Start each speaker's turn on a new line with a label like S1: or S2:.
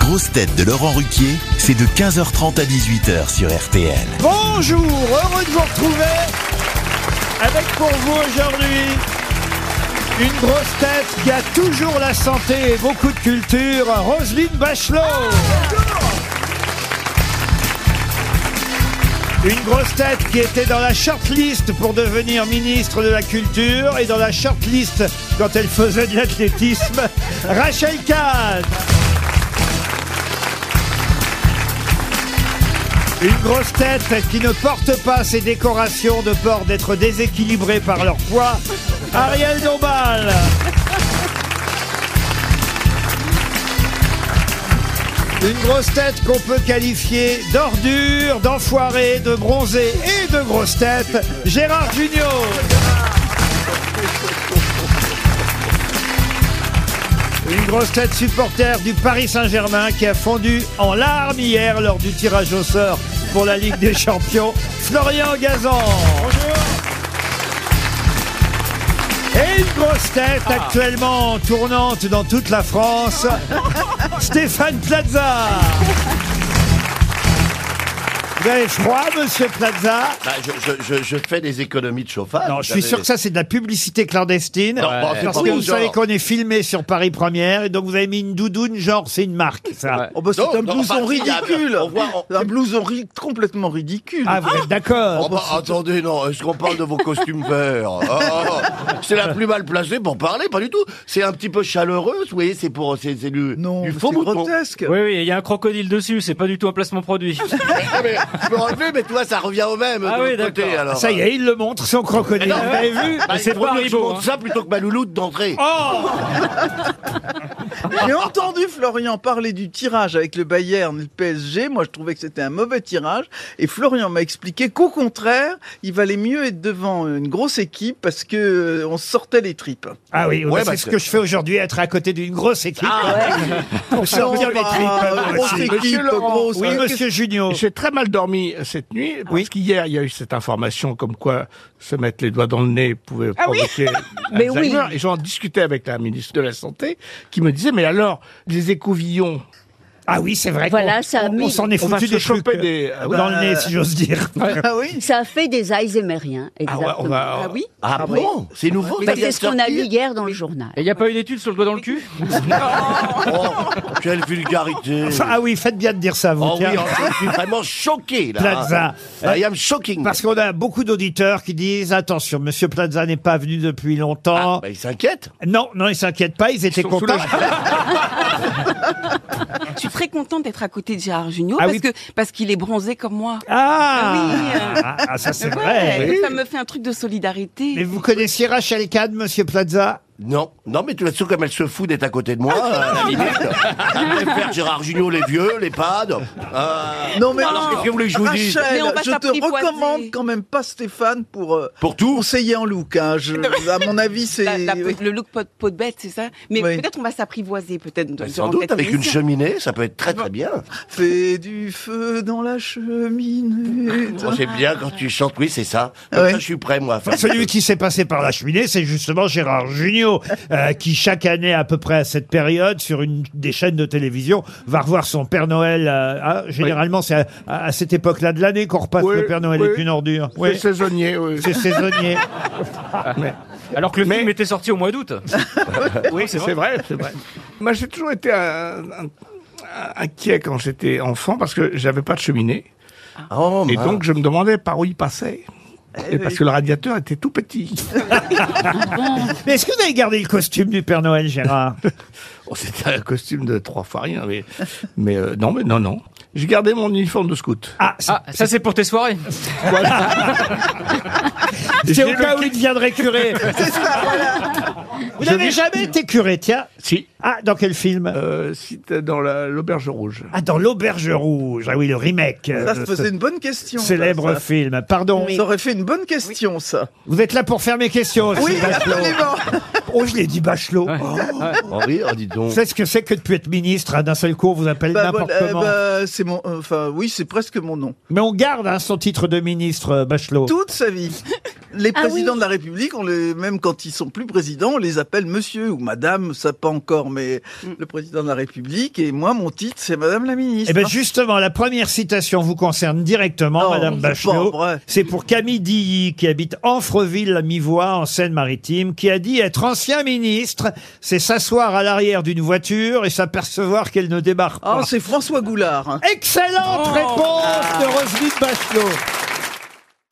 S1: grosses têtes de Laurent Ruquier, c'est de 15h30 à 18h sur RTL.
S2: Bonjour, heureux de vous retrouver avec pour vous aujourd'hui une grosse tête qui a toujours la santé et beaucoup de culture, Roselyne Bachelot. Une grosse tête qui était dans la shortlist pour devenir ministre de la Culture et dans la shortlist quand elle faisait de l'athlétisme, Rachel Kahn. Une grosse tête qui ne porte pas ses décorations de peur d'être déséquilibrée par leur poids, Ariel Dombal. Une grosse tête qu'on peut qualifier d'ordure, d'enfoiré, de bronzé et de grosse tête, Gérard Junior. Une grosse tête supporter du Paris Saint-Germain qui a fondu en larmes hier lors du tirage au sort pour la Ligue des Champions, Florian Gazan. Et une grosse tête actuellement tournante dans toute la France, Stéphane Plaza. Vous avez froid, monsieur Plaza
S3: Bah, je, je- je- je fais des économies de chauffage.
S2: Non, je suis
S3: Ah, Vous
S2: sûr
S3: avez-
S2: que ça, c'est de la publicité clandestine.
S3: Non, bon, c'est
S2: Parce
S3: pas
S2: que
S3: mon
S2: vous
S3: genre.
S2: savez qu'on est filmé sur Paris Première, et donc vous avez mis une doudoune, genre, c'est une marque, ça.
S4: Oh bah c'est
S3: Non,
S4: un
S3: non,
S4: blouson
S3: bah, il y a-
S4: ridicule
S3: on voit- on-
S4: Un blouson ri- complètement ridicule
S2: Ah, vous êtes d'accord
S3: Oh, bah, attendez, non, est-ce qu'on parle de vos costumes verts Ah, C'est la plus mal placée pour parler, pas du tout. C'est un petit peu chaleureux, vous voyez, c'est pour c'est c'est du,
S4: Non,
S3: du
S4: c'est
S3: faux mouton.
S4: grotesque
S5: Oui, oui, il y a un crocodile dessus, c'est pas du tout un placement produit.
S3: Ah, mais, je me relever, mais toi, ça revient au même.
S5: Ah
S3: de
S5: oui,
S3: l'autre côté,
S5: d'accord.
S3: alors.
S2: Ça y est, il le montre, son crocodile.
S3: bah, Non,
S2: Vous avez vu
S3: Bah,
S5: c'est
S3: il vaut
S5: pas
S3: mieux que je
S5: Haribo,
S3: monte
S5: hein.
S3: ça plutôt que ma louloute d'entrée.
S4: J'ai entendu Florian parler du tirage avec le Bayern et le PSG. Moi, je trouvais que c'était un mauvais tirage. Et Florian m'a expliqué qu'au contraire, il valait mieux être devant une grosse équipe parce que euh, on sortait les tripes.
S2: Ah oui, bah,
S3: Ouais,
S2: c'est
S3: bah,
S2: ce
S3: c'est-
S2: que je fais aujourd'hui, être à côté d'une grosse équipe. Pour sortir
S4: Non,
S2: les
S4: bah,
S2: tripes. moi
S4: grosse
S2: aussi.
S4: équipe,
S6: Monsieur Laurent,
S4: grosse-
S2: Oui, monsieur Junio.
S6: J'ai très mal dormi euh, cette nuit parce
S2: Oh. Oui.
S6: qu'hier il y a eu cette information comme quoi se mettre les doigts dans le nez pouvait provoquer Alzheimer. Et j'en discutais avec la ministre de la santé qui me disait mais alors les écouvillons,
S2: Ah oui, c'est vrai.
S7: Voilà,
S2: qu'on-
S7: ça a
S2: on- On
S7: mis-
S2: s'en est
S6: on va
S2: foutu
S6: se
S2: des trucs
S6: choper
S2: euh,
S6: des. Ah,
S2: dans le
S4: bah,
S2: nez, si j'ose dire.
S4: Ah oui
S7: Ça a fait des Alzheimeriens,
S6: Ah ouais,
S7: exactement.
S6: on va-
S7: oui
S3: Ah,
S4: oui.
S3: bon C'est nouveau
S7: Bah,
S3: ça vient
S7: C'est
S3: de
S7: ce qu'on a
S3: sortir
S7: lu hier dans le journal.
S5: Et il n'y a pas eu d'étude sur le doigt dans le cul
S3: Oh, quelle vulgarité
S2: Enfin, ah oui, faites bien de dire ça, vous.
S3: Oh oui,
S2: tiens.
S3: je suis vraiment choqué, là.
S2: Plaza.
S3: I am shocking.
S2: Parce qu'on a beaucoup d'auditeurs qui disent attention, Monsieur Plaza n'est pas venu depuis longtemps.
S3: Ah, bah, il s'inquiète.
S2: Non, non, ils s'inquiètent pas, ils étaient
S6: sont
S2: contents.
S8: Je suis très contente d'être à côté de Gérard Junior
S2: Ah
S8: parce
S2: oui.
S8: que parce qu'il est bronzé comme moi.
S2: Ah,
S8: Ah oui, euh.
S2: Ah, ah, ça c'est
S8: Ouais,
S2: vrai.
S8: Ça me fait un truc de solidarité.
S2: Mais vous connaissiez Rachel Kahn, Monsieur Plaza
S3: Non, non, mais tu toute façon, comme elle se fout d'être à côté de moi,
S4: Ah,
S3: à la limite, je préfère Gérard Junior, les vieux, les pads. euh,
S4: Non mais
S3: alors, qu'est-ce que vous voulez que je vous dise
S4: Rachel,
S8: Mais on va
S4: je te
S8: s'apprivoiser.
S4: recommande quand même pas Stéphane pour euh,
S3: Pour tout
S4: conseiller en look. hein. Je- à mon avis, c'est
S8: La- la-
S4: oui.
S8: le look peau de, peau de bête, c'est ça Mais
S4: Oui.
S8: peut-être on va s'apprivoiser, peut-être.
S3: Bah, Sans
S8: durant
S3: doute,
S8: cette
S3: avec une
S8: émission.
S3: cheminée, ça peut être très
S4: Ah,
S3: très bien.
S4: Fais du feu dans la cheminée.
S3: On sait Oh, bien quand tu chantes, oui, c'est ça.
S4: Ah ouais.
S3: Ça, je suis prêt, moi. à faire ça.
S2: Celui qui s'est passé par la cheminée, c'est justement Gérard Jugnot, euh, qui chaque année, à peu près à cette période, sur une des chaînes de télévision, va revoir son Père Noël. euh, ah, généralement, c'est à, à- à cette époque-là de l'année qu'on repasse
S6: Oui,
S2: le Père Noël
S6: oui.
S2: est une ordure.
S6: C'est
S2: Oui,
S6: saisonnier. oui.
S2: c'est saisonnier.
S5: Alors que le film était sorti au mois d'août.
S6: Oui, c'est vrai. c'est vrai. Moi, j'ai toujours été euh, un- un- inquiet quand j'étais enfant parce que j'avais pas de cheminée
S3: Oh,
S6: et
S3: mince.
S6: donc je me demandais par où il passait. Et parce que le radiateur était tout petit.
S2: Mais est-ce que vous avez gardé le costume du Père Noël, Gérard
S6: Oh, C'était un costume de trois fois rien, mais, mais euh, non, mais non, non. J'ai gardé mon uniforme de scout.
S2: Ah, c'est-
S5: Ah, ça c'est pour tes soirées.
S2: c'est au cas où il deviendrait curé.
S4: C'est ça, voilà.
S2: Vous n'avez jamais été curé, tiens.
S6: Si.
S2: Ah, dans quel film
S6: Euh, si t'es dans la- l'auberge rouge.
S2: Ah, dans L'Auberge Rouge. Ah oui, le remake. euh,
S4: Ça
S2: de
S4: se
S2: ce
S4: faisait une bonne question. ça,
S2: Célèbre
S4: ça.
S2: film. Pardon.
S4: Ça aurait fait une bonne question, ça.
S2: Vous êtes là pour faire mes questions aussi,
S4: Oui,
S2: Bachelot.
S4: absolument. Bah,
S2: Oh, je l'ai dit Bachelot.
S3: Oh oui, oh, dis donc.
S2: Vous savez ce que c'est que de plus être ministre hein, D'un seul coup, on vous appelle
S4: Bah,
S2: n'importe
S4: voilà,
S2: comment.
S4: bah, c'est mon, enfin oui, c'est presque mon nom.
S2: Mais on garde hein, son titre de ministre, euh, Bachelot.
S4: Toute sa vie. les
S7: Ah oui.
S4: présidents de la République, on les, même quand ils sont plus présidents, on les appelle monsieur ou madame, ça pas encore, mais le président de la République. Et moi, mon titre, c'est madame la ministre.
S2: Eh bien justement, la première citation vous concerne directement,
S4: Oh,
S2: Madame
S4: c'est
S2: Bachelot.
S4: pas vrai.
S2: C'est pour Camille Dilly, qui habite Amfreville, à mi-voix, en Seine-Maritime, qui a dit être ancien ministre, c'est s'asseoir à l'arrière d'une voiture et s'apercevoir qu'elle ne débarque
S4: Ah,
S2: pas.
S4: c'est François Goulard. hein.
S2: Excellente réponse de Roselyne Bachelot.